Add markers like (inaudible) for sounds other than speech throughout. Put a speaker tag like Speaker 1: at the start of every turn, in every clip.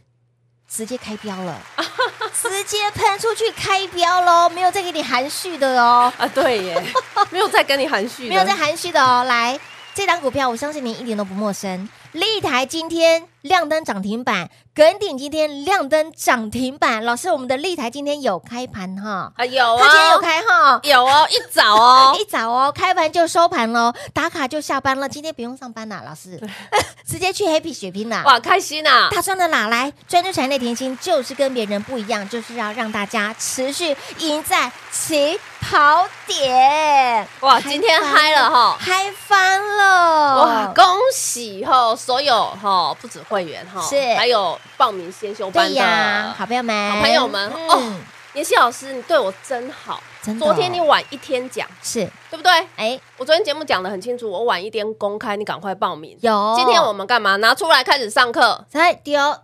Speaker 1: 直接开标了， (laughs) 直接喷出去开标喽，没有再给你含蓄的哦。
Speaker 2: 啊，对 (laughs) 耶，没有再跟你含蓄的，
Speaker 1: 没有在含蓄的哦。来，这档股票我相信您一点都不陌生。立台今天亮灯涨停板，耿鼎今天亮灯涨停板。老师，我们的立台今天有开盘哈，
Speaker 2: 啊，有
Speaker 1: 它
Speaker 2: 哦，
Speaker 1: 今天有开哈。
Speaker 2: 有哦，一
Speaker 1: (laughs)
Speaker 2: 早哦
Speaker 1: 一，早哦，开盘就收盘喽，打卡就下班了。今天不用上班啦，老师， (laughs) 直接去 happy 血拼啦。
Speaker 2: 哇，开心啊！
Speaker 1: 大赚的哪来？专注产业的甜心就是跟别人不一样，就是要让大家持续赢在起跑点。
Speaker 2: 哇，今天嗨了哈！
Speaker 1: 嗨翻了！
Speaker 2: 哇，恭喜哈，所有哈，不止会员哈，
Speaker 1: 是
Speaker 2: 还有报名先修班
Speaker 1: 对
Speaker 2: 的
Speaker 1: 呀，好朋友们，
Speaker 2: 好朋友们
Speaker 1: 嗯
Speaker 2: 哦，妍希老师，你对我真好。
Speaker 1: 真的哦
Speaker 2: 昨天你晚一天讲，
Speaker 1: 是
Speaker 2: 对不对？
Speaker 1: 哎
Speaker 2: 我昨天节目讲的很清楚，我晚一天公开，你赶快报名。
Speaker 1: 有，
Speaker 2: 今天我们干嘛？拿出来开始上课。
Speaker 1: 才丢，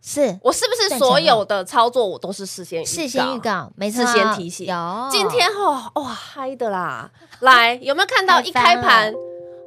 Speaker 1: 是
Speaker 2: 我是不是所有的操作我都是事先预告
Speaker 1: 事先预？告，没错，
Speaker 2: 事先提醒
Speaker 1: 有
Speaker 2: 今天哦，哇嗨的啦！来，有没有看到一
Speaker 1: 太翻
Speaker 2: 开
Speaker 1: 了
Speaker 2: 盘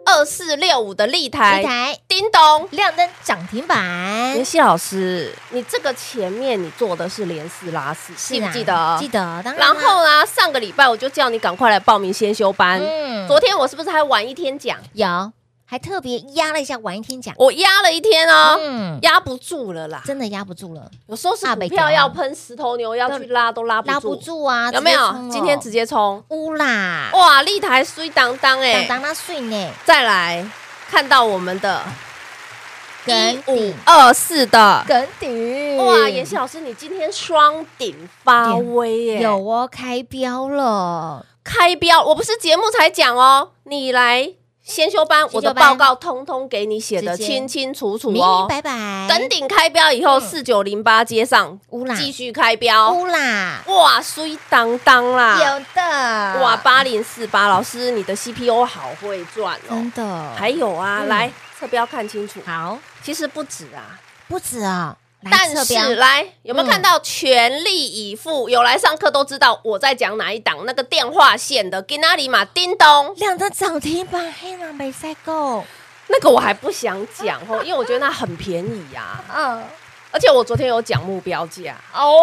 Speaker 2: 二四六五的立
Speaker 1: 一
Speaker 2: 台？
Speaker 1: 台哎
Speaker 2: 叮咚！
Speaker 1: 亮灯涨停
Speaker 2: 妍
Speaker 1: 板，
Speaker 2: 希老师，你这个前面你做的是连四拉四，记不
Speaker 1: 啊
Speaker 2: 记得？
Speaker 1: 记。得，当
Speaker 2: 然
Speaker 1: 啦
Speaker 2: 后呢，上个礼拜我就叫你赶快来报名先修班。
Speaker 1: 嗯
Speaker 2: 昨天我是不是还晚一天讲？
Speaker 1: 有还特别压了一下，晚一天讲，
Speaker 2: 我压了一天哦，
Speaker 1: 嗯，
Speaker 2: 压不住了啦。
Speaker 1: 真的压不住了，
Speaker 2: 有时候是
Speaker 1: 啊
Speaker 2: 股
Speaker 1: 没
Speaker 2: 票
Speaker 1: 掉
Speaker 2: 要喷石头牛要去拉都拉不住，
Speaker 1: 拉不住啊，
Speaker 2: 有
Speaker 1: 直
Speaker 2: 没
Speaker 1: 接冲
Speaker 2: 有？
Speaker 1: 了
Speaker 2: 今天直接哦冲，
Speaker 1: 乌啦，
Speaker 2: 哇！立台虽当当
Speaker 1: 当
Speaker 2: 哎，
Speaker 1: 当那碎呢，
Speaker 2: 再来看到我们的
Speaker 1: 跟
Speaker 2: 五
Speaker 1: 顶
Speaker 2: 二四的，
Speaker 1: 跟顶，
Speaker 2: 哇！妍希老师，你今天双顶发威耶，
Speaker 1: 有哦，开标了，
Speaker 2: 开标，我不是节目才讲哦，你来先修班，
Speaker 1: 修班
Speaker 2: 我的报告通通给你写的
Speaker 1: 直接
Speaker 2: 清清楚楚
Speaker 1: 明明
Speaker 2: 哦。
Speaker 1: 白白，
Speaker 2: 等顶开标以后，四九零八接上，
Speaker 1: 乌啦，
Speaker 2: 继续哦开标，
Speaker 1: 乌啦，
Speaker 2: 哇！虽当当啦，
Speaker 1: 有的，
Speaker 2: 哇，，八零四八，老师你的 CPU 好会赚哦
Speaker 1: 真。的，
Speaker 2: 还有啊，
Speaker 1: 嗯
Speaker 2: 来侧标看清楚，
Speaker 1: 好，
Speaker 2: 其实不止啊，
Speaker 1: 不止啊，来
Speaker 2: 但
Speaker 1: 侧标
Speaker 2: 是来有没有
Speaker 1: 嗯
Speaker 2: 看到全力以赴？有来上课都知道我在讲哪一档，那个电话线的给哪里嘛，叮咚，
Speaker 1: 两个涨停板，黑狼没赛够，
Speaker 2: 那个我还不想讲
Speaker 1: (laughs)
Speaker 2: 哦，因为我觉得那很便宜呀、啊，
Speaker 1: 嗯，
Speaker 2: 而且我昨天有讲目标价，
Speaker 1: 哦，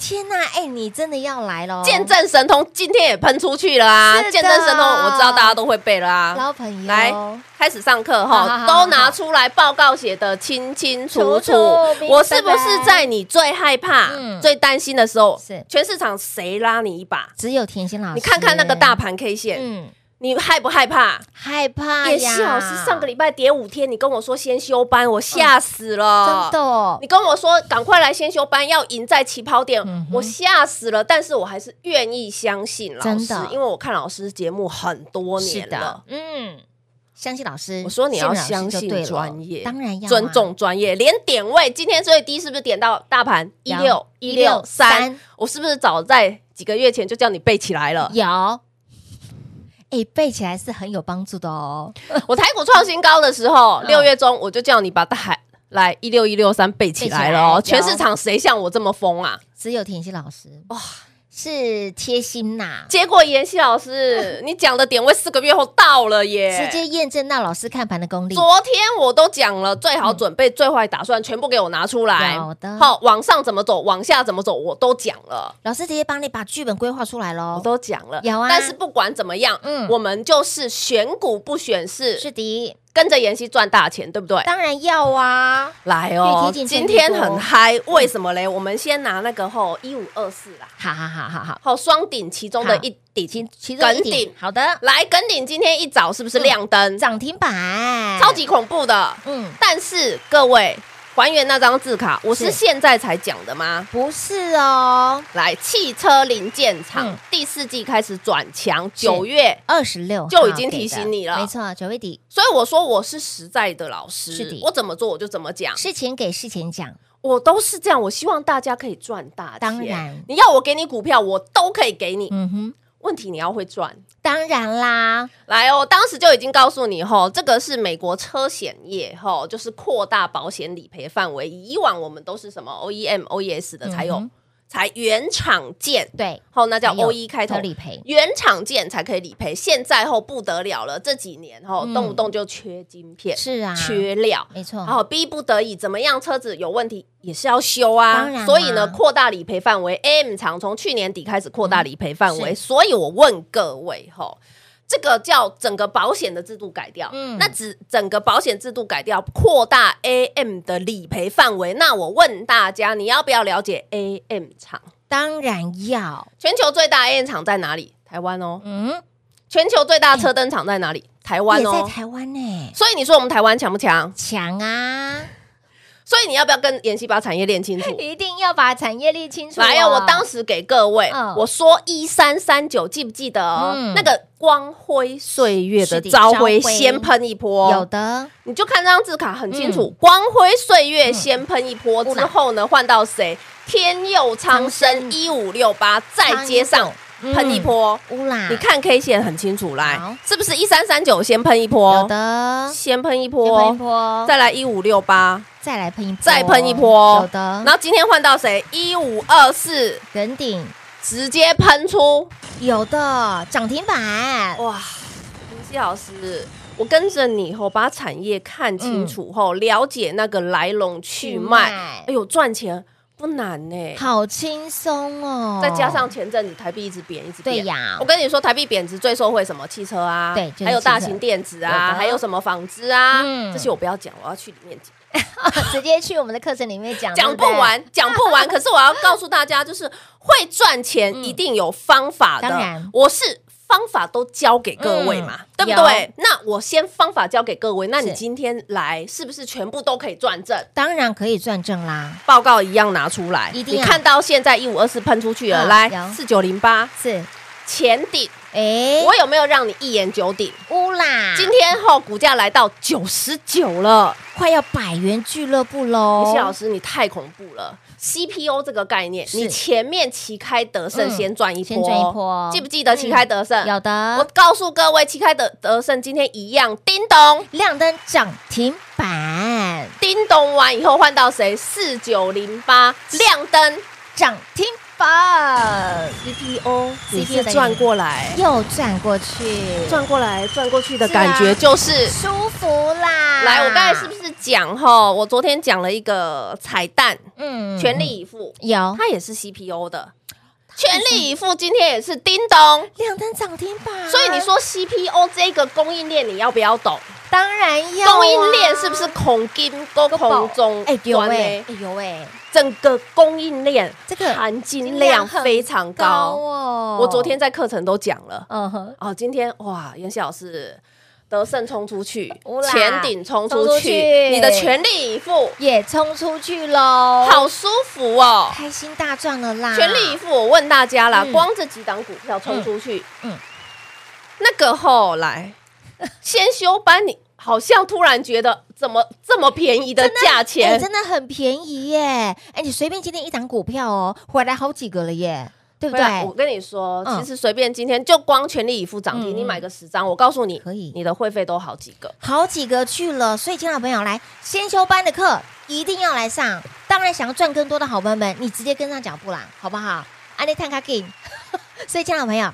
Speaker 1: 天哪，哎，你真的要来喽！
Speaker 2: 见证神通今天也喷出去了啊
Speaker 1: 哦是！的
Speaker 2: 见证神通我知道大家都会背了啊。
Speaker 1: 老朋友
Speaker 2: 来，开始上课
Speaker 1: 好好
Speaker 2: 哈，
Speaker 1: 好
Speaker 2: 都拿出来报告写的清清
Speaker 1: 楚
Speaker 2: 楚楚
Speaker 1: 楚明白。
Speaker 2: 我是不是在你最害怕
Speaker 1: 嗯、
Speaker 2: 最担心的时候
Speaker 1: 是，啊
Speaker 2: 全市场谁拉你一把？
Speaker 1: 只有甜心老师，
Speaker 2: 你看看那个大，盘 K 线，
Speaker 1: 嗯，
Speaker 2: 你害不害怕？
Speaker 1: 害怕哎
Speaker 2: 叶
Speaker 1: 呀，
Speaker 2: 希老师哦上个礼拜跌五天，你跟我说先休班，我吓死了
Speaker 1: 真。的哦
Speaker 2: 你，跟我说赶快来先修班，要赢在起跑点，
Speaker 1: 嗯哼
Speaker 2: 我吓死了。但是我还是愿意相信老师
Speaker 1: 真的，
Speaker 2: 因为我看老师节目很多
Speaker 1: 是
Speaker 2: 年
Speaker 1: 的
Speaker 2: 了。，
Speaker 1: 嗯，相信老师，
Speaker 2: 我说你要
Speaker 1: 信老师
Speaker 2: 相
Speaker 1: 就
Speaker 2: 信
Speaker 1: 对了
Speaker 2: 专业，
Speaker 1: 当然要啊
Speaker 2: 尊重专业，连点位今天最低是不是点到大盘一
Speaker 1: 有
Speaker 2: 六一六
Speaker 1: 163
Speaker 2: 三？我是不是早在几个月前就叫你背起来
Speaker 1: (laughs)
Speaker 2: 了？
Speaker 1: 有。哎，背起来是很有帮助的哦。
Speaker 2: 我台股创新高的时候，
Speaker 1: 嗯
Speaker 2: 六月中我就叫你把大海来一六一六三背起来了哦。
Speaker 1: 背起来有
Speaker 2: 全市场谁像我这么疯
Speaker 1: (laughs)
Speaker 2: 啊？
Speaker 1: 只有甜心老师
Speaker 2: 哇
Speaker 1: 是贴心呐，
Speaker 2: 结果妍希
Speaker 1: (laughs)
Speaker 2: 老师，你讲的点位四个月后到了耶！
Speaker 1: 直接验证到老师看盘的功力。
Speaker 2: 昨天我都讲了，最好准备、最坏打算全部给我拿出来。
Speaker 1: 嗯有的
Speaker 2: 好，往上怎么走，往下怎么走，我都讲了。
Speaker 1: 老师直接帮你把剧本规划出来
Speaker 2: 我
Speaker 1: 喽。
Speaker 2: 都讲了，
Speaker 1: 有啊
Speaker 2: 但是不管怎么样，
Speaker 1: 嗯
Speaker 2: 哦嗯，我们就是选股不选市，
Speaker 1: 是的，
Speaker 2: 跟着妍希赚大钱，对不对？
Speaker 1: 当然要啊。
Speaker 2: 来
Speaker 1: 越
Speaker 2: 哦，
Speaker 1: 贴近
Speaker 2: 今
Speaker 1: 真理
Speaker 2: 天
Speaker 1: 多
Speaker 2: 很嗨，为什么嘞？我们先拿那个吼一五二四啦，
Speaker 1: 好好好好好，
Speaker 2: (laughs) 好双顶其中的
Speaker 1: 好
Speaker 2: 一顶，
Speaker 1: 其其中一
Speaker 2: 梗
Speaker 1: 点
Speaker 2: 顶
Speaker 1: 好的
Speaker 2: 来梗顶今天一早是不是亮灯？
Speaker 1: 涨停板，
Speaker 2: 超级恐怖的。
Speaker 1: 嗯，
Speaker 2: 但是各位还原那张字卡，我
Speaker 1: 是
Speaker 2: 是现在才讲的吗？
Speaker 1: 不是哦，
Speaker 2: 来，汽车零件厂、
Speaker 1: 嗯
Speaker 2: 第四季开始转强，
Speaker 1: 是
Speaker 2: 九月，
Speaker 1: 二十六
Speaker 2: 就已经提醒你了
Speaker 1: 没错，九月底
Speaker 2: 所以我说我是实在的老师，
Speaker 1: 是的
Speaker 2: 我怎么做我就怎么讲，
Speaker 1: 事前给事前讲，
Speaker 2: 我都是这样。我希望大家可以赚大钱。
Speaker 1: 当然
Speaker 2: 你要我给你股票，我都可以给你。
Speaker 1: 嗯哼，
Speaker 2: 问题你要会赚。
Speaker 1: 当然啦，
Speaker 2: 来哦，当时就已经告诉你吼，这个是美国车险业吼，就是扩大保险理赔范围。以往我们都是什么 E OEM、OES 的才有，
Speaker 1: 嗯哼
Speaker 2: 才原厂件，
Speaker 1: 对，
Speaker 2: 吼，那叫
Speaker 1: 还有
Speaker 2: O E 开头
Speaker 1: 车。理赔，
Speaker 2: 原厂件才可以理赔，现在后不得了了。这几年吼，
Speaker 1: 嗯
Speaker 2: 动不动就缺晶片，
Speaker 1: 是啊，
Speaker 2: 缺料，
Speaker 1: 没错，
Speaker 2: 哦，逼不得已，怎么样？车子有问题也是要修啊
Speaker 1: 当。然啦
Speaker 2: 所以呢，扩大理赔范围，AM 厂从去年底开始扩大理赔范围。
Speaker 1: 嗯是
Speaker 2: 所以我问各位吼。这个叫整个保险的制度改掉，
Speaker 1: 嗯
Speaker 2: 那只整个保险制度改掉，扩大 AM 的理赔范围。那我问大家，你要不要了解 AM 厂？
Speaker 1: 当然要，
Speaker 2: 全球最大 AM 厂在哪里？台湾哦。
Speaker 1: 嗯，
Speaker 2: 全球最大车灯厂在哪里？台湾
Speaker 1: 也在
Speaker 2: 哦。
Speaker 1: 台湾呢，
Speaker 2: 所以你说我们台湾强不强？
Speaker 1: 强啊，
Speaker 2: 所以你要不要跟妍希把产业链清楚？
Speaker 1: (laughs) 一定要把产业链清楚哦，
Speaker 2: 来啊呀！我当时给各位
Speaker 1: 嗯，
Speaker 2: 我说一三三九，记不记得哦
Speaker 1: 嗯
Speaker 2: 那个光辉岁月
Speaker 1: 是
Speaker 2: 的
Speaker 1: 的
Speaker 2: 朝
Speaker 1: 朝晖
Speaker 2: 晖先喷一
Speaker 1: 有嗯
Speaker 2: 波，
Speaker 1: 的
Speaker 2: 你就看这张字卡很清楚，光辉岁月先喷一波
Speaker 1: 嗯
Speaker 2: 之后呢，换到谁？天佑苍
Speaker 1: 苍生
Speaker 2: 生一五六八再接上喷一波，
Speaker 1: 乌啦，
Speaker 2: 你看 K 线很清楚，
Speaker 1: 嗯好
Speaker 2: 来是不是一三三九先喷一
Speaker 1: 有
Speaker 2: 波，
Speaker 1: 的，
Speaker 2: 先哦喷
Speaker 1: 先喷
Speaker 2: 一
Speaker 1: 一
Speaker 2: 波，
Speaker 1: 波，
Speaker 2: 再来一五六八，
Speaker 1: 再来喷一波，
Speaker 2: 再喷一波
Speaker 1: 哦有的，
Speaker 2: 然后今天换到谁？一五二四。
Speaker 1: 人顶
Speaker 2: 直接喷出
Speaker 1: 有的涨停板，
Speaker 2: 哇！林夕老师，我跟着你后，把产业看清楚后，了解那个来龙去
Speaker 1: 去脉
Speaker 2: 脉。哎呦，赚钱不难呢、
Speaker 1: 好轻松哦，
Speaker 2: 再加上前阵子台币一直贬，一直贬。
Speaker 1: 对呀 (laughs)
Speaker 2: 我跟你说，台币贬值最受惠什么？汽车啊，
Speaker 1: 对就是
Speaker 2: 还有大
Speaker 1: 汽车
Speaker 2: 型电子
Speaker 1: 有
Speaker 2: 啊，
Speaker 1: 的
Speaker 2: 还有什么纺织啊，
Speaker 1: 嗯
Speaker 2: 这些我不要讲，我要去里面讲。
Speaker 1: 直接去我们的课程里面讲，
Speaker 2: 讲
Speaker 1: 对
Speaker 2: 不
Speaker 1: 对，
Speaker 2: 完，讲不完。可是我要告诉大家，就是会赚钱一定有方法的。
Speaker 1: 嗯当然
Speaker 2: 我是方法都教给各位嘛，
Speaker 1: 嗯
Speaker 2: 对不
Speaker 1: 有
Speaker 2: 对？那我先方法教给各位，那你
Speaker 1: 是
Speaker 2: 今天来是不是全部都可以赚正？
Speaker 1: 当然可以赚正啦，
Speaker 2: 报告一样拿出来，
Speaker 1: 一定要
Speaker 2: 你看到现在一五二四喷出去了，
Speaker 1: 嗯
Speaker 2: 来
Speaker 1: 有
Speaker 2: 四九零八
Speaker 1: 是，
Speaker 2: 前顶，
Speaker 1: 哎，
Speaker 2: 我有没有让你一言九鼎？
Speaker 1: 乌啦，
Speaker 2: 今天后股价来到九十九了，
Speaker 1: 快要百元俱乐部
Speaker 2: 妍
Speaker 1: 喽
Speaker 2: 希，老师，你太恐怖了。CPU 这个概念，
Speaker 1: 是
Speaker 2: 你前面旗开得胜
Speaker 1: 嗯
Speaker 2: 先赚一波，
Speaker 1: 先赚一波哦嗯
Speaker 2: 记不记得旗开得胜？
Speaker 1: 有
Speaker 2: 我
Speaker 1: 的
Speaker 2: 告诉各位，旗开得得胜今天一样，叮咚
Speaker 1: 亮灯涨停板，
Speaker 2: 叮咚完以后换到谁？四九零八亮灯
Speaker 1: 涨停棒，
Speaker 2: CPO，
Speaker 1: 你
Speaker 2: 你
Speaker 1: 是
Speaker 2: 是转过来，
Speaker 1: 又转过去，
Speaker 2: 转过来，转过去的
Speaker 1: 是啊啊
Speaker 2: 感觉就是。
Speaker 1: 舒服啦。
Speaker 2: 来，我刚才是不是讲哈？我昨天讲了一个彩蛋，
Speaker 1: 嗯哦
Speaker 2: 全力以赴，
Speaker 1: 有
Speaker 2: 它也是 CPO 的，全力以赴，今天也是叮咚。
Speaker 1: 亮灯涨停板？
Speaker 2: 所以你说 CPO 这个供应链你要不要懂？
Speaker 1: 当然要啊
Speaker 2: 供应链是不是孔金跟孔中
Speaker 1: 哎有
Speaker 2: 端
Speaker 1: 哎
Speaker 2: 呢
Speaker 1: 哎有哎，
Speaker 2: 整个供应链
Speaker 1: 这个
Speaker 2: 含金量非常高。
Speaker 1: 哦
Speaker 2: 我昨天在课程都讲了，
Speaker 1: 嗯哼，
Speaker 2: 哦，今天哇，妍希老师得胜冲出去
Speaker 1: 无啦，
Speaker 2: 前顶冲
Speaker 1: 冲出
Speaker 2: 出
Speaker 1: 去
Speaker 2: 去，你的全力以赴，
Speaker 1: 也冲出去喽，
Speaker 2: 好舒服哦。
Speaker 1: 开心大赚了啦！
Speaker 2: 全力以赴，我问大家啦，
Speaker 1: 啊嗯
Speaker 2: 光这几档股票冲出去，
Speaker 1: 嗯嗯
Speaker 2: 那个后
Speaker 1: (laughs)
Speaker 2: 来先修班，你好像突然觉得怎么这么便宜的价
Speaker 1: 哎、
Speaker 2: 钱？
Speaker 1: 真的很便宜耶！哎、你随便今天一档股票哦，回来好几个了耶，对不对？
Speaker 2: 啊我跟你说，
Speaker 1: 嗯
Speaker 2: 其实随便今天就光全力以赴涨
Speaker 1: 嗯
Speaker 2: 停，
Speaker 1: 嗯
Speaker 2: 你买个十张，我告诉你，
Speaker 1: 可以
Speaker 2: 你的会费都好几个。
Speaker 1: 好几个去了，所以，亲爱的朋友，来先修班的课一定要来上。当然，想要赚更多的好朋友们，你直接跟上脚步啦，好不好？安利探卡 g (laughs) 所以，亲爱的朋友，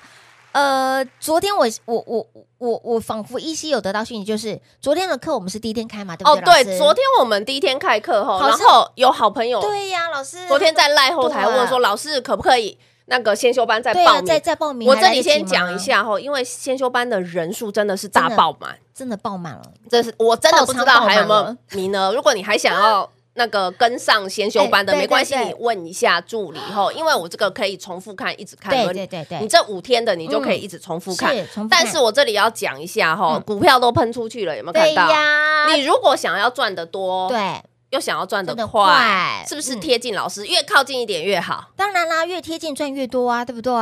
Speaker 1: 呃，昨天我我我我我仿佛依稀有得到讯息，就是昨天的课我们是第一天开嘛，对不
Speaker 2: 哦，
Speaker 1: 对？老
Speaker 2: 对，
Speaker 1: 师
Speaker 2: 昨天我们第一天开课后，
Speaker 1: 好
Speaker 2: 然
Speaker 1: 像
Speaker 2: 后有好朋友
Speaker 1: 对呀、老师
Speaker 2: 昨天在赖后台
Speaker 1: 对啊
Speaker 2: 问说，老师可不可以那个先修班再
Speaker 1: 对
Speaker 2: 报
Speaker 1: 啊，
Speaker 2: 名
Speaker 1: 在？在报名，
Speaker 2: 我
Speaker 1: 还
Speaker 2: 这
Speaker 1: 来
Speaker 2: 里
Speaker 1: 得及
Speaker 2: 先
Speaker 1: 吗
Speaker 2: 讲一，下哈，因为先修班的人数真的是大
Speaker 1: 真的
Speaker 2: 爆满，
Speaker 1: 真的爆满了。
Speaker 2: 这是我真的不知
Speaker 1: 爆
Speaker 2: 道
Speaker 1: 仓
Speaker 2: 还有没
Speaker 1: 爆满
Speaker 2: 有名额。如果你还想
Speaker 1: (laughs)
Speaker 2: 要那个跟上先修班的，
Speaker 1: 哎对
Speaker 2: 没关系，
Speaker 1: 对对
Speaker 2: 你问一下助理
Speaker 1: (laughs)
Speaker 2: 吼，因为我这个可以重复看，一直看。
Speaker 1: 对
Speaker 2: 而
Speaker 1: 对对对
Speaker 2: 你这五天的你就可以一直重复看。
Speaker 1: 是重复看
Speaker 2: 但是我这里要讲一下哈
Speaker 1: 嗯，
Speaker 2: 股票都喷出去了，有没有
Speaker 1: 对
Speaker 2: 看到？
Speaker 1: 呀，
Speaker 2: 你如果想要赚得多，，
Speaker 1: 对，
Speaker 2: 又想要赚得
Speaker 1: 赚得快
Speaker 2: 快，是不是
Speaker 1: 嗯
Speaker 2: 贴近老师？越靠近一点越好。
Speaker 1: 当然啦，越贴近赚越多啊，对不对？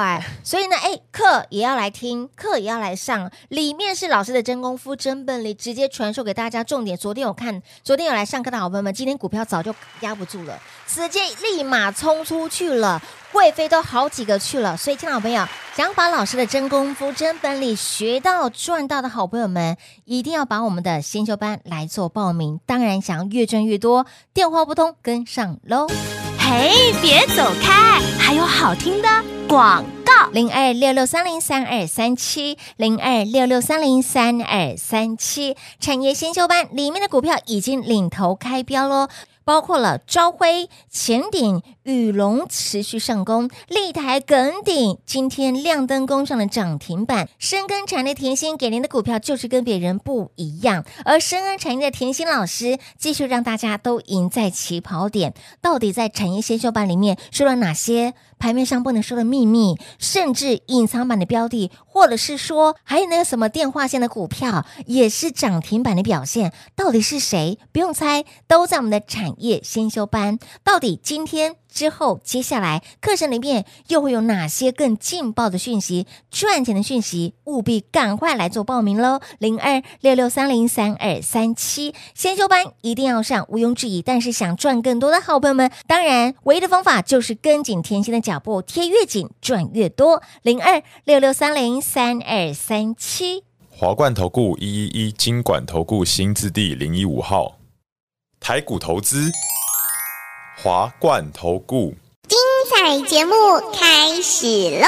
Speaker 1: 所以呢，哎，课也要来听，课也要来上，里面是老师的真功夫、真本领，直接传授给大家。重点，昨天有看，昨天有来上课的好朋友们，今天股票早就压不住了，直接立马冲出去了，贵妃都好几个去了。所以，亲爱的朋友，想把老师的真功夫、真本领学到赚到的好朋友们，一定要把我们的先修班来做报名。当然，想要越赚越多，电话不通，跟上喽。
Speaker 3: 嘿，别走开，还有好听的广告。
Speaker 1: 零二六六三零三二三七，零二六六三零三二三七。产业先修班里面的股票已经领头开标喽。包括了朝晖、前顶、宇龙持续上攻，立台、耿鼎今天亮灯攻上了涨停板。深耕产业的甜心给您的股票就是跟别人不一样，而深耕产业的甜心老师继续让大家都赢在起跑点。到底在产业先修版里面说了哪些牌面上不能说的秘密，甚至隐藏版的标的，或者是说还有那个什么电话线的股票也是涨停板的表现，到底是谁？不用猜，都在我们的产业先修班。到底今天之后，接下来课程里面又会有哪些更劲爆的讯息、赚钱的讯息？务必赶快来做报名喽！零二六六三零三二三七先修班一定要上，毋庸置疑。但是想赚更多的好朋友们，当然唯一的方法就是跟紧甜心的脚步，贴越紧赚越多。零二六六三零三二三七。
Speaker 4: 华冠投顾一一一金管投顾新字第零一五号，台股投资，华冠投顾。
Speaker 5: 彩节目开始喽！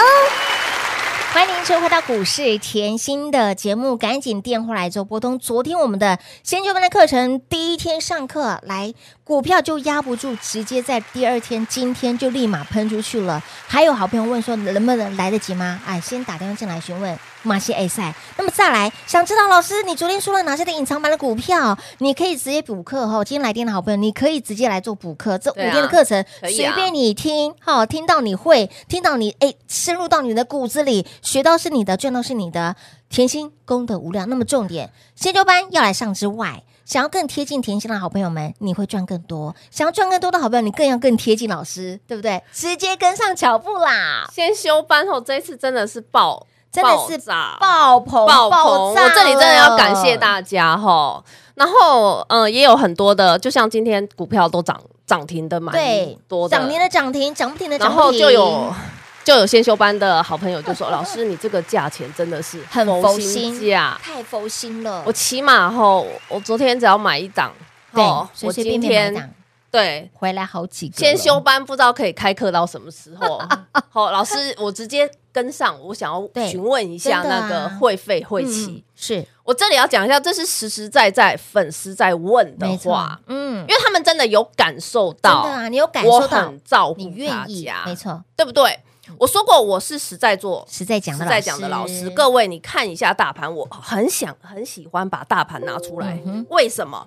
Speaker 1: 欢迎收回到股市甜心的节目，赶紧电话来做拨通。昨天我们的先修班的课程第一天上课来，股票就压不住，直接在第二天今天就立马喷出去了。还有好朋友问说能不能来得及吗？哎，先打电话进来询问马西 A 赛。那么再来，想知道老师你昨天说了哪些的隐藏版的股票，你可以直接补课哈。今天来电的好朋友，你可以直接来做补课，这五
Speaker 2: 对啊
Speaker 1: 天的课程、
Speaker 2: 可以
Speaker 1: 随
Speaker 2: 啊
Speaker 1: 便你听，好，听到你会，听到你哎，深入到你的骨子里，学到是你的，赚到是你的，甜心功德无量。那么重点，先修班要来上之外。想要更贴近甜心的好朋友们，你会赚更多；想要赚更多的好朋友，你更要更贴近老师，对不对？直接跟上脚步啦！
Speaker 2: 先修班后，这一次真的是爆，
Speaker 1: 真的是
Speaker 2: 爆炸
Speaker 1: 爆棚，
Speaker 2: 爆棚！
Speaker 1: 炸
Speaker 2: 我这里真的要感谢
Speaker 1: 家。
Speaker 2: 大家哈。然后，嗯、也有很多的，就像今天股票都涨涨停的蛮
Speaker 1: 对，
Speaker 2: 多的，
Speaker 1: 涨停的涨停，涨不停的涨
Speaker 2: 然
Speaker 1: 不停，
Speaker 2: 后就有就有先修班的好朋友就说：“老师，你这个价钱真的是
Speaker 1: 很佛心
Speaker 2: 价。
Speaker 1: 太佛心了”
Speaker 2: 我。起码吼，我昨天只要买一档，
Speaker 1: 对
Speaker 2: 吼，
Speaker 1: 随
Speaker 2: 我
Speaker 1: 随
Speaker 2: 今
Speaker 1: 便便买
Speaker 2: 天
Speaker 1: 档，
Speaker 2: 对，
Speaker 1: 回来好几个了，
Speaker 2: 先修班不知道可以开课到什么
Speaker 1: (laughs)
Speaker 2: 时候。好，老师，我直接跟上，我想要
Speaker 1: 对
Speaker 2: 询问一下
Speaker 1: 真的
Speaker 2: 那
Speaker 1: 啊
Speaker 2: 个会费会
Speaker 1: 嗯
Speaker 2: 期。
Speaker 1: 是
Speaker 2: 我这里要讲一下，这是实实在在粉丝在问的
Speaker 1: 没错
Speaker 2: 话，，
Speaker 1: 嗯
Speaker 2: 因，为他们真的有感受
Speaker 1: 真
Speaker 2: 到，
Speaker 1: 的啊，你有感
Speaker 2: 我
Speaker 1: 受到
Speaker 2: 很，照顾
Speaker 1: 你
Speaker 2: 大
Speaker 1: 愿意
Speaker 2: 家，，
Speaker 1: 没，错，
Speaker 2: 对不对？我说过我是实在做。
Speaker 1: 实在讲
Speaker 2: 实
Speaker 1: 的，
Speaker 2: 在讲的老师，各位，你看一下大盘，我很想很喜欢把大盘拿出来。
Speaker 1: 嗯
Speaker 2: 为什么？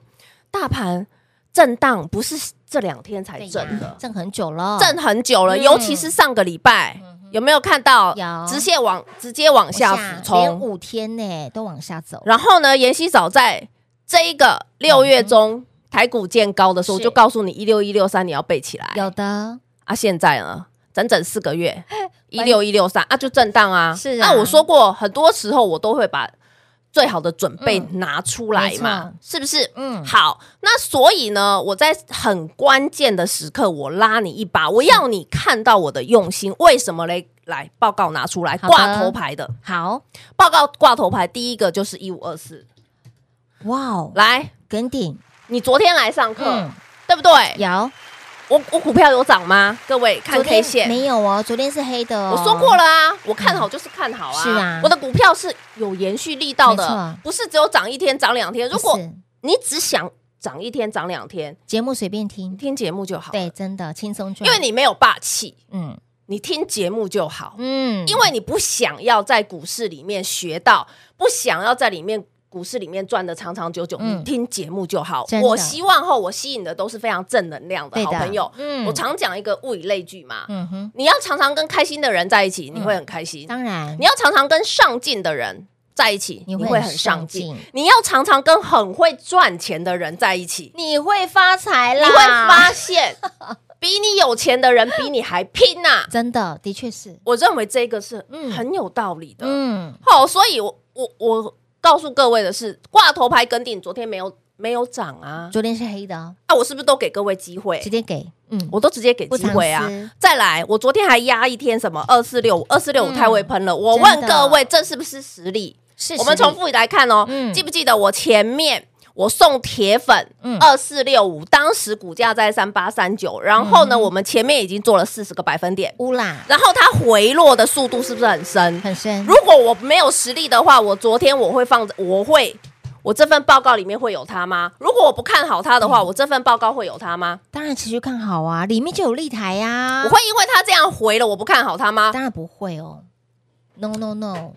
Speaker 2: 大盘震荡不是这两天才
Speaker 1: 对呀
Speaker 2: 震的，哦
Speaker 1: 震很久了，
Speaker 2: 震很久了，
Speaker 1: 嗯
Speaker 2: 尤其是上个礼拜，有没有看到？
Speaker 1: 有
Speaker 2: 直线往直接往下俯
Speaker 1: 连
Speaker 2: 冲，
Speaker 1: 五天呢都往下走，
Speaker 2: 然后呢，妍希早在这一个六月中、台股见高的时候，我
Speaker 1: 嗯是
Speaker 2: 就告诉你一六一六三你要背起来。
Speaker 1: 有的
Speaker 2: 啊，现在呢，整整四
Speaker 1: (laughs)
Speaker 2: 个月一六一六三啊，就震荡啊。
Speaker 1: 是啊
Speaker 2: 那我说过，很多时候我都会把最好的准备拿出来
Speaker 1: 嗯没
Speaker 2: 嘛
Speaker 1: 错，
Speaker 2: 是不是？
Speaker 1: 嗯
Speaker 2: 嗯，好，那所以呢，我在很关键的时刻，我拉你一把，我要你看到我的用心。为什么嘞？来，报告拿出来，
Speaker 1: 好的
Speaker 2: 挂头牌的
Speaker 1: 好，
Speaker 2: 报告挂头牌，第一个就是一五二四，
Speaker 1: 哇哦，
Speaker 2: 来，
Speaker 1: 跟顶，
Speaker 2: 你昨天来上课，
Speaker 1: 嗯，
Speaker 2: 对不对？
Speaker 1: 有
Speaker 2: 我我股票有涨吗？各位看
Speaker 1: 昨
Speaker 2: K
Speaker 1: 天
Speaker 2: 线，
Speaker 1: 没有哦，昨天是黑的哦，
Speaker 2: 我说过了啊，我看好就是看好啊。
Speaker 1: 是啊
Speaker 2: 我的股票是有延续力道
Speaker 1: 没
Speaker 2: 的
Speaker 1: 错，
Speaker 2: 不是只有涨一天、涨两天。
Speaker 1: 不
Speaker 2: 如果
Speaker 1: 是
Speaker 2: 你只想涨一天、涨两天，
Speaker 1: 节目随便
Speaker 2: 你
Speaker 1: 听，
Speaker 2: 听节目就好。
Speaker 1: 对，，真的轻松赚，
Speaker 2: 因为你没有霸气，
Speaker 1: 嗯
Speaker 2: 你听节目就好，
Speaker 1: 嗯，
Speaker 2: 因为你不想要在股市里面学到，不想要在里面。股市里面赚的长长久久，
Speaker 1: 嗯
Speaker 2: 你听节目就好
Speaker 1: 真。的
Speaker 2: 我希望后我吸引的都是非常正能量的
Speaker 1: 对
Speaker 2: 好
Speaker 1: 的
Speaker 2: 朋友。
Speaker 1: 嗯
Speaker 2: 我常讲一个物以类聚嘛，
Speaker 1: 嗯哼，
Speaker 2: 你要常常跟开心的人在一起，你会很开心。
Speaker 1: 当然
Speaker 2: 你要常常跟上进的人在一起，
Speaker 1: 你
Speaker 2: 你
Speaker 1: 会
Speaker 2: 会
Speaker 1: 很
Speaker 2: 很
Speaker 1: 上
Speaker 2: 上进
Speaker 1: 进；
Speaker 2: 你要常常跟很会赚钱的人在一起，
Speaker 1: 你会发财
Speaker 2: 你
Speaker 1: 啦，
Speaker 2: 会发现
Speaker 1: (laughs)
Speaker 2: 比你有钱的人比你还拼呐、
Speaker 1: 真的，的确是，
Speaker 2: 我认为这个是
Speaker 1: 嗯
Speaker 2: 很有道理的。
Speaker 1: 嗯，
Speaker 2: 好、所以我我我告诉各位的是，挂头牌跟定昨天没有没有涨啊，
Speaker 1: 昨天是黑的哦，
Speaker 2: 啊，我是不是都给各位机会
Speaker 1: 直？接给，嗯，
Speaker 2: 我都直接给机会
Speaker 1: 不
Speaker 2: 啊
Speaker 1: 藏私！
Speaker 2: 再来，我昨天还压一天什么二四六二四六五
Speaker 1: 嗯
Speaker 2: 太会喷了。我
Speaker 1: 真
Speaker 2: 问
Speaker 1: 的
Speaker 2: 各位，这是不是实力？
Speaker 1: 是
Speaker 2: 我们
Speaker 1: 实力
Speaker 2: 重复来看哦，
Speaker 1: 嗯
Speaker 2: 记不记得我前面我送铁粉
Speaker 1: 嗯
Speaker 2: 二四六五，当时股价在三八三九，然后
Speaker 1: 嗯
Speaker 2: 呢，我们前面已经做了四十个百分点，
Speaker 1: 乌啦，
Speaker 2: 然后它回落的速度是不是很深？
Speaker 1: 很深，
Speaker 2: 如果我没有实力的话，我昨天我会放，我会。我这份报告里面会有它吗？如果我不看好它的
Speaker 1: 嗯
Speaker 2: 话，我这份报告会有它吗？
Speaker 1: 当然持续看好啊，里面就有立台呀、
Speaker 2: 我会因为它这样回了，我不看好它吗？
Speaker 1: 当然不会哦，no no no，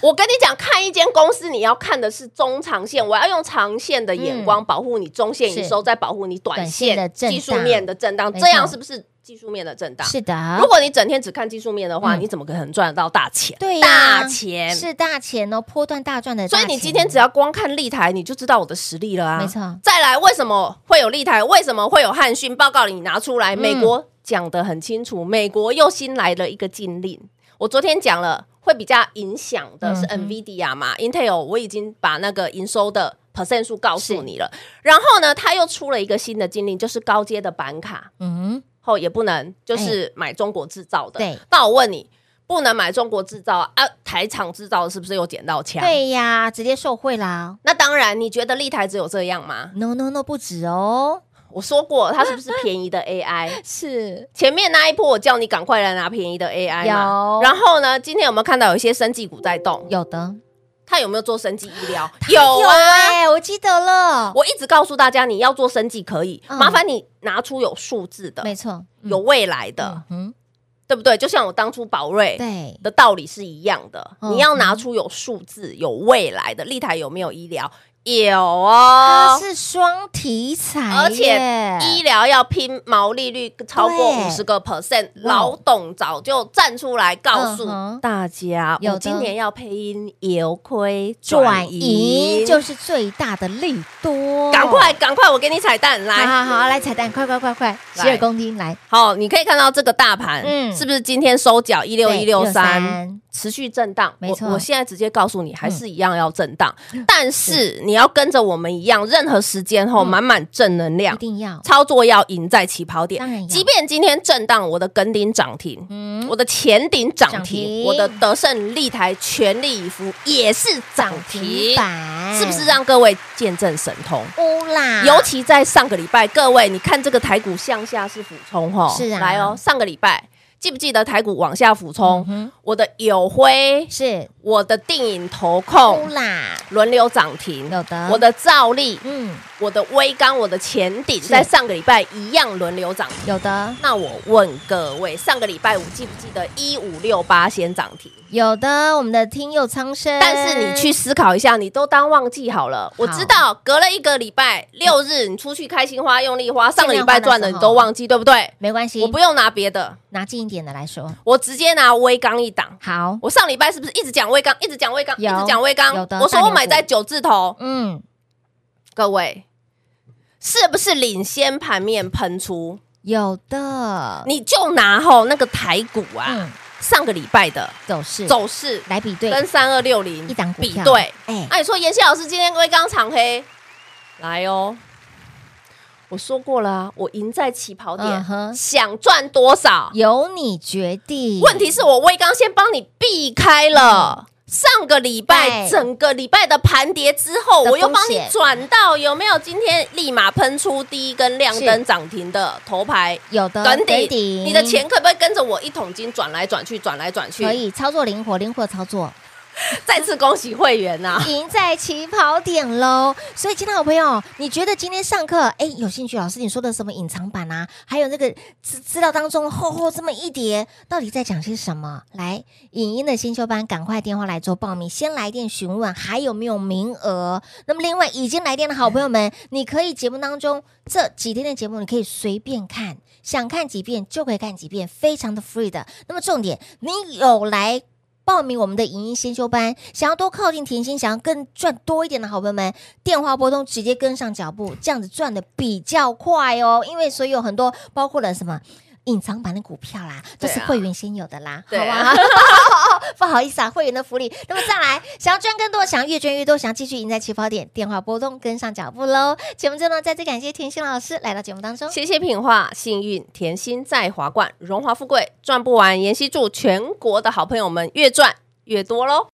Speaker 2: 我跟你讲，看一间公司，你要看的是中长线，我要用长线的眼光保护你中线营收，再保护你短线
Speaker 1: 嗯短线的震荡
Speaker 2: 技术面的震荡，
Speaker 1: 没错
Speaker 2: 这样是不是技术面的震荡？
Speaker 1: 是的，
Speaker 2: 如果你整天只看技术面的话，
Speaker 1: 嗯
Speaker 2: 你怎么可能赚得到大钱？
Speaker 1: 对呀
Speaker 2: 大钱。
Speaker 1: 是大钱哦，波段大赚的大
Speaker 2: 所以
Speaker 1: 钱，
Speaker 2: 你今天只要光看立台，你就知道我的实力了啊！
Speaker 1: 没错
Speaker 2: 再来，为什么会有立台？为什么会有汉讯报告？你拿出来，
Speaker 1: 嗯
Speaker 2: 美国讲得很清楚，美国又新来了一个禁令。我昨天讲了，会比较影响的是
Speaker 1: 嗯哼
Speaker 2: NVIDIA 嘛、i n t e l 我已经把那个营收的 percent 数告诉你
Speaker 1: 嗯
Speaker 2: 了。然后呢，他又出了一个新的禁令，就是高阶的板卡
Speaker 1: 嗯
Speaker 2: 后也不能就是买中国制造的。
Speaker 1: 哎对
Speaker 2: 那我问你，不能买中国制造啊？台厂制造的是不是又捡到
Speaker 1: 哼，
Speaker 2: 枪？
Speaker 1: 对呀，直接受贿啦
Speaker 2: 那当然，你觉得立台只有这样吗？
Speaker 1: ，no no no 不止哦，
Speaker 2: 我说过，它是不是便宜的
Speaker 1: (laughs)
Speaker 2: AI？
Speaker 1: 是
Speaker 2: 前面那一波我叫你赶快来拿便宜的 AI 嘛
Speaker 1: 有嗯
Speaker 2: 然后呢，今天有没有看到有一些生技股在动？
Speaker 1: 有的，
Speaker 2: 它有没有做生技医疗？有啊。
Speaker 1: 哎、我记得了，
Speaker 2: 我一直告诉大家，你要做生技可以，
Speaker 1: 嗯
Speaker 2: 麻烦你拿出有数字的、
Speaker 1: 没错，嗯
Speaker 2: 有未来的，，
Speaker 1: 嗯
Speaker 2: 对不对？就像我当初宝瑞
Speaker 1: 哼，对，
Speaker 2: 的道理是一样的，
Speaker 1: 嗯
Speaker 2: 你要拿出有数字、有未来的。立台有没有医疗？有
Speaker 1: 它
Speaker 2: 哦，
Speaker 1: 是双题材哎耶，
Speaker 2: 而且医疗要拼毛利率超过
Speaker 1: 对
Speaker 2: 五十个 percent，
Speaker 1: 哇
Speaker 2: 老董早就站出来告诉
Speaker 1: 嗯哼
Speaker 2: 大家，
Speaker 1: 有的
Speaker 2: 我今年要配音由亏
Speaker 1: 转
Speaker 2: 转
Speaker 1: 移
Speaker 2: 移，
Speaker 1: 就是最大的利多，
Speaker 2: 赶快赶快，我给你彩蛋
Speaker 1: 好
Speaker 2: 来。
Speaker 1: 好好，来彩蛋，快快快快，洗
Speaker 2: 来
Speaker 1: 耳恭听，来
Speaker 2: 好，你可以看到这个大盘
Speaker 1: 嗯
Speaker 2: 是不是今天收缴一六一六三，，持续震荡，
Speaker 1: 没
Speaker 2: 我
Speaker 1: 错嗯
Speaker 2: 我现在直接告诉你，还是一样要震荡，但是你要跟着我们一样，任何时间
Speaker 1: 嗯
Speaker 2: 后满满正能
Speaker 1: 一
Speaker 2: 量，
Speaker 1: 定要
Speaker 2: 操作要赢在起跑点
Speaker 1: 当然要。嗯
Speaker 2: 即便今天震荡，我的跟顶涨停，嗯我的前顶涨
Speaker 1: 涨停
Speaker 2: 停，我的德胜利台全力以赴也是涨
Speaker 1: 涨停
Speaker 2: 停，
Speaker 1: 板，
Speaker 2: 是不是让各位见证神通？
Speaker 1: 嗯乌啦？
Speaker 2: 尤其在上个礼拜，各位你看这个台股向下是俯冲哈，
Speaker 1: 是啊
Speaker 2: 来哦，上个礼拜记不记得台股往下俯冲？
Speaker 1: 嗯
Speaker 2: 我的友辉，
Speaker 1: 是
Speaker 2: 我的电影投
Speaker 1: 乌
Speaker 2: 控
Speaker 1: 啦，
Speaker 2: 轮流涨停，
Speaker 1: 嗯有的
Speaker 2: 我的照例，
Speaker 1: 嗯，
Speaker 2: 我的微刚，我的前顶，在上个礼拜一样轮流涨停。
Speaker 1: 有的
Speaker 2: 那我问各位，上个礼拜五记不记得一五六八先涨停？
Speaker 1: 有的，我们的听佑苍生，
Speaker 2: 但是你去思考一下，你都当忘记好了。我知道隔了一个礼拜六日，你出去开心花、用力花，上个礼拜赚的你都忘记，对不对？
Speaker 1: 没关系，
Speaker 2: 我不用拿别的，
Speaker 1: 拿近一点的来说，
Speaker 2: 我直接拿微刚一档。
Speaker 1: 好，
Speaker 2: 我上礼拜是不是一直讲微刚，一直讲微刚，一
Speaker 1: 有
Speaker 2: 直讲微刚
Speaker 1: 有的？
Speaker 2: 我说我买
Speaker 1: 大牛
Speaker 2: 在
Speaker 1: 股
Speaker 2: 九字头，
Speaker 1: 嗯，
Speaker 2: 各位是不是领先盘面喷出？
Speaker 1: 有的，
Speaker 2: 你就拿吼那个台股啊，
Speaker 1: 嗯，
Speaker 2: 上个礼拜的
Speaker 1: 走势
Speaker 2: 走势
Speaker 1: 来比对，
Speaker 2: 跟三二六零
Speaker 1: 一档股
Speaker 2: 比
Speaker 1: 票
Speaker 2: 对，啊
Speaker 1: 哎，
Speaker 2: 那、你说妍希老师今天微刚长黑，来哦，我说过了啊，我赢在起跑点
Speaker 1: 嗯哼
Speaker 2: 想赚多少？
Speaker 1: 由你决定，
Speaker 2: 问题是我微刚先帮你避开
Speaker 1: 嗯
Speaker 2: 了。上个礼拜
Speaker 1: 对
Speaker 2: 整个礼拜的盘跌之后，
Speaker 1: 哎的
Speaker 2: 我又
Speaker 1: 风
Speaker 2: 帮你
Speaker 1: 险
Speaker 2: 转到有没有？今天立马喷出第一根亮
Speaker 1: 是
Speaker 2: 灯涨停的头牌
Speaker 1: 有的
Speaker 2: 跟
Speaker 1: 跟
Speaker 2: 底，你的钱可不可以跟着我一桶金转来转去，转来转去？
Speaker 1: 可。以操作灵活，灵活操作，
Speaker 2: 再次恭喜会员
Speaker 1: (laughs)
Speaker 2: 啊呐、
Speaker 1: 赢在起跑点喽！所以，亲爱的好朋友，你觉得今天上课，哎，有兴趣？老师你说的什么隐藏版啊？还有那个资资料当中厚厚这么一叠，到底在讲些什么？来，影音的先修班，赶快电话来做报名，先来电询问还有没有名额。那么，另外已经来电的好朋友
Speaker 2: 嗯
Speaker 1: 们，你可以节目当中这几天的节目，你可以随便看，想看几遍就可以看几遍，非常的 free 的。那么，重点你有来。报名我们的影音先修班，想要多靠近甜心，想要更赚多一点的好朋友们，电话拨通直接跟上脚步，这样子赚的比较快哦。因为所以有很多包括了什么隐藏版的股票啦，这
Speaker 2: 对啊
Speaker 1: 是会员先有的啦，
Speaker 2: 对啊
Speaker 1: 好吧？ (laughs) 不好意思啊，会员的福利。那么再来，想要赚更多，想要越赚越多，想要继续赢在起跑点，电话拨通跟上脚步喽。节目最后呢，再次感谢甜心老师来到节目当中。
Speaker 2: 谢谢品画，幸运甜心在华冠，荣华富贵赚不完。妍希祝全国的好朋友们越赚越多喽！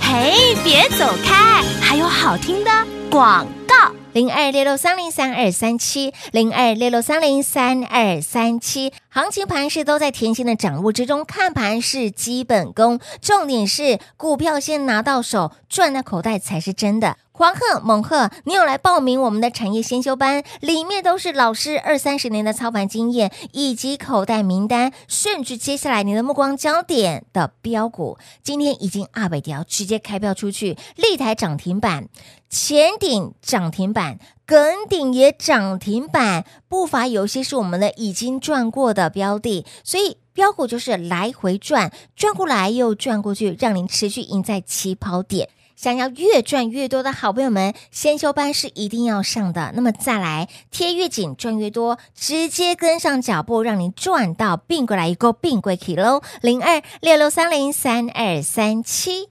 Speaker 3: 嘿，别走开，还有好听的广告。
Speaker 1: 零二六六三零三二三七，零二六六三零三二三七，行情盘势都在甜心的掌握之中，看盘是基本功，重点是股票先拿到手，赚到口袋才是真的。狂贺猛贺！你有来报名我们的产业先修班，里面都是老师二三十年的操盘经验以及口袋名单，甚至接下来你的目光焦点的标股，今天已经二百条直接开票出去，立台涨停板，前顶涨停板，梗顶也涨停板，不乏有些是我们的已经赚过的标的，所以标股就是来回转，转过来又转过去，让您持续赢在起跑点。想要越赚越多的好朋友们，先修班是一定要上的。那么再来贴越紧赚越多，直接跟上脚步，让您赚到并过来一个并归起喽。零二六六三零三二三七。